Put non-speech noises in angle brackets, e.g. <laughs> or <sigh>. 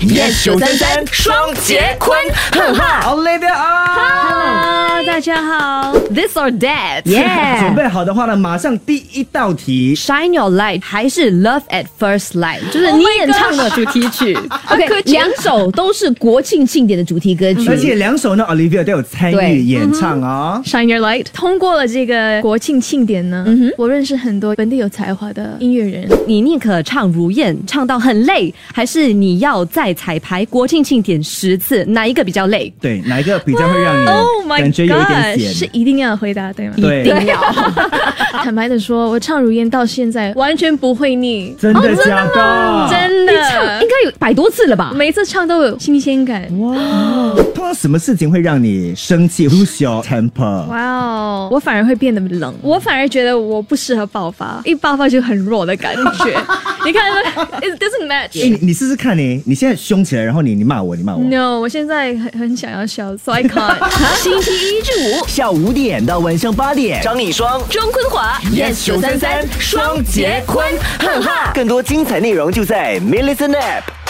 yes 九三三双节棍，哈哈。好嘞的啊！ Hello，大家好，This or That，准耶。备好的话呢，马上第一道题。 Shine Your Light 还是 Love at First Light，就是你演唱的主题曲。OK，两 <laughs> 首都是国庆庆典的主题歌曲。而且两首呢，Olivia 都有参与对演唱哦。 Shine Your Light 嗯通过了这个国庆庆典呢，我认识很多本地有才华的音乐人。你宁可唱如燕，唱到很累，还是你要再彩排国庆庆典十次，哪一个比较累？对，哪一个比较会让你 Oh my 感觉有一点 God！咸是？一定要回答对吗？对， <laughs> 坦白的说，我唱《如燕》到现在完全不会腻，真的假哦的？真的你唱应该有百多次了吧？每一次唱都有新鲜感。哇！通常什么事情会让你生气？Lose your temper？哇哦，我反而会变得冷，我反而觉得我不适合爆 <laughs> 发，一爆发就很弱的感觉。你看，it <laughs> doesn't 哎， match。你你试试看你，你现在凶起来，然后你你骂我，你骂我。 No，我现在很很想要笑，so I can't。 <laughs> <laughs> 星期一至五，下午五点到晚上八点，张丽双钟坤华 yes 九三三双节棍，哈哈。更多精彩内容就在 m i l l i c e n App。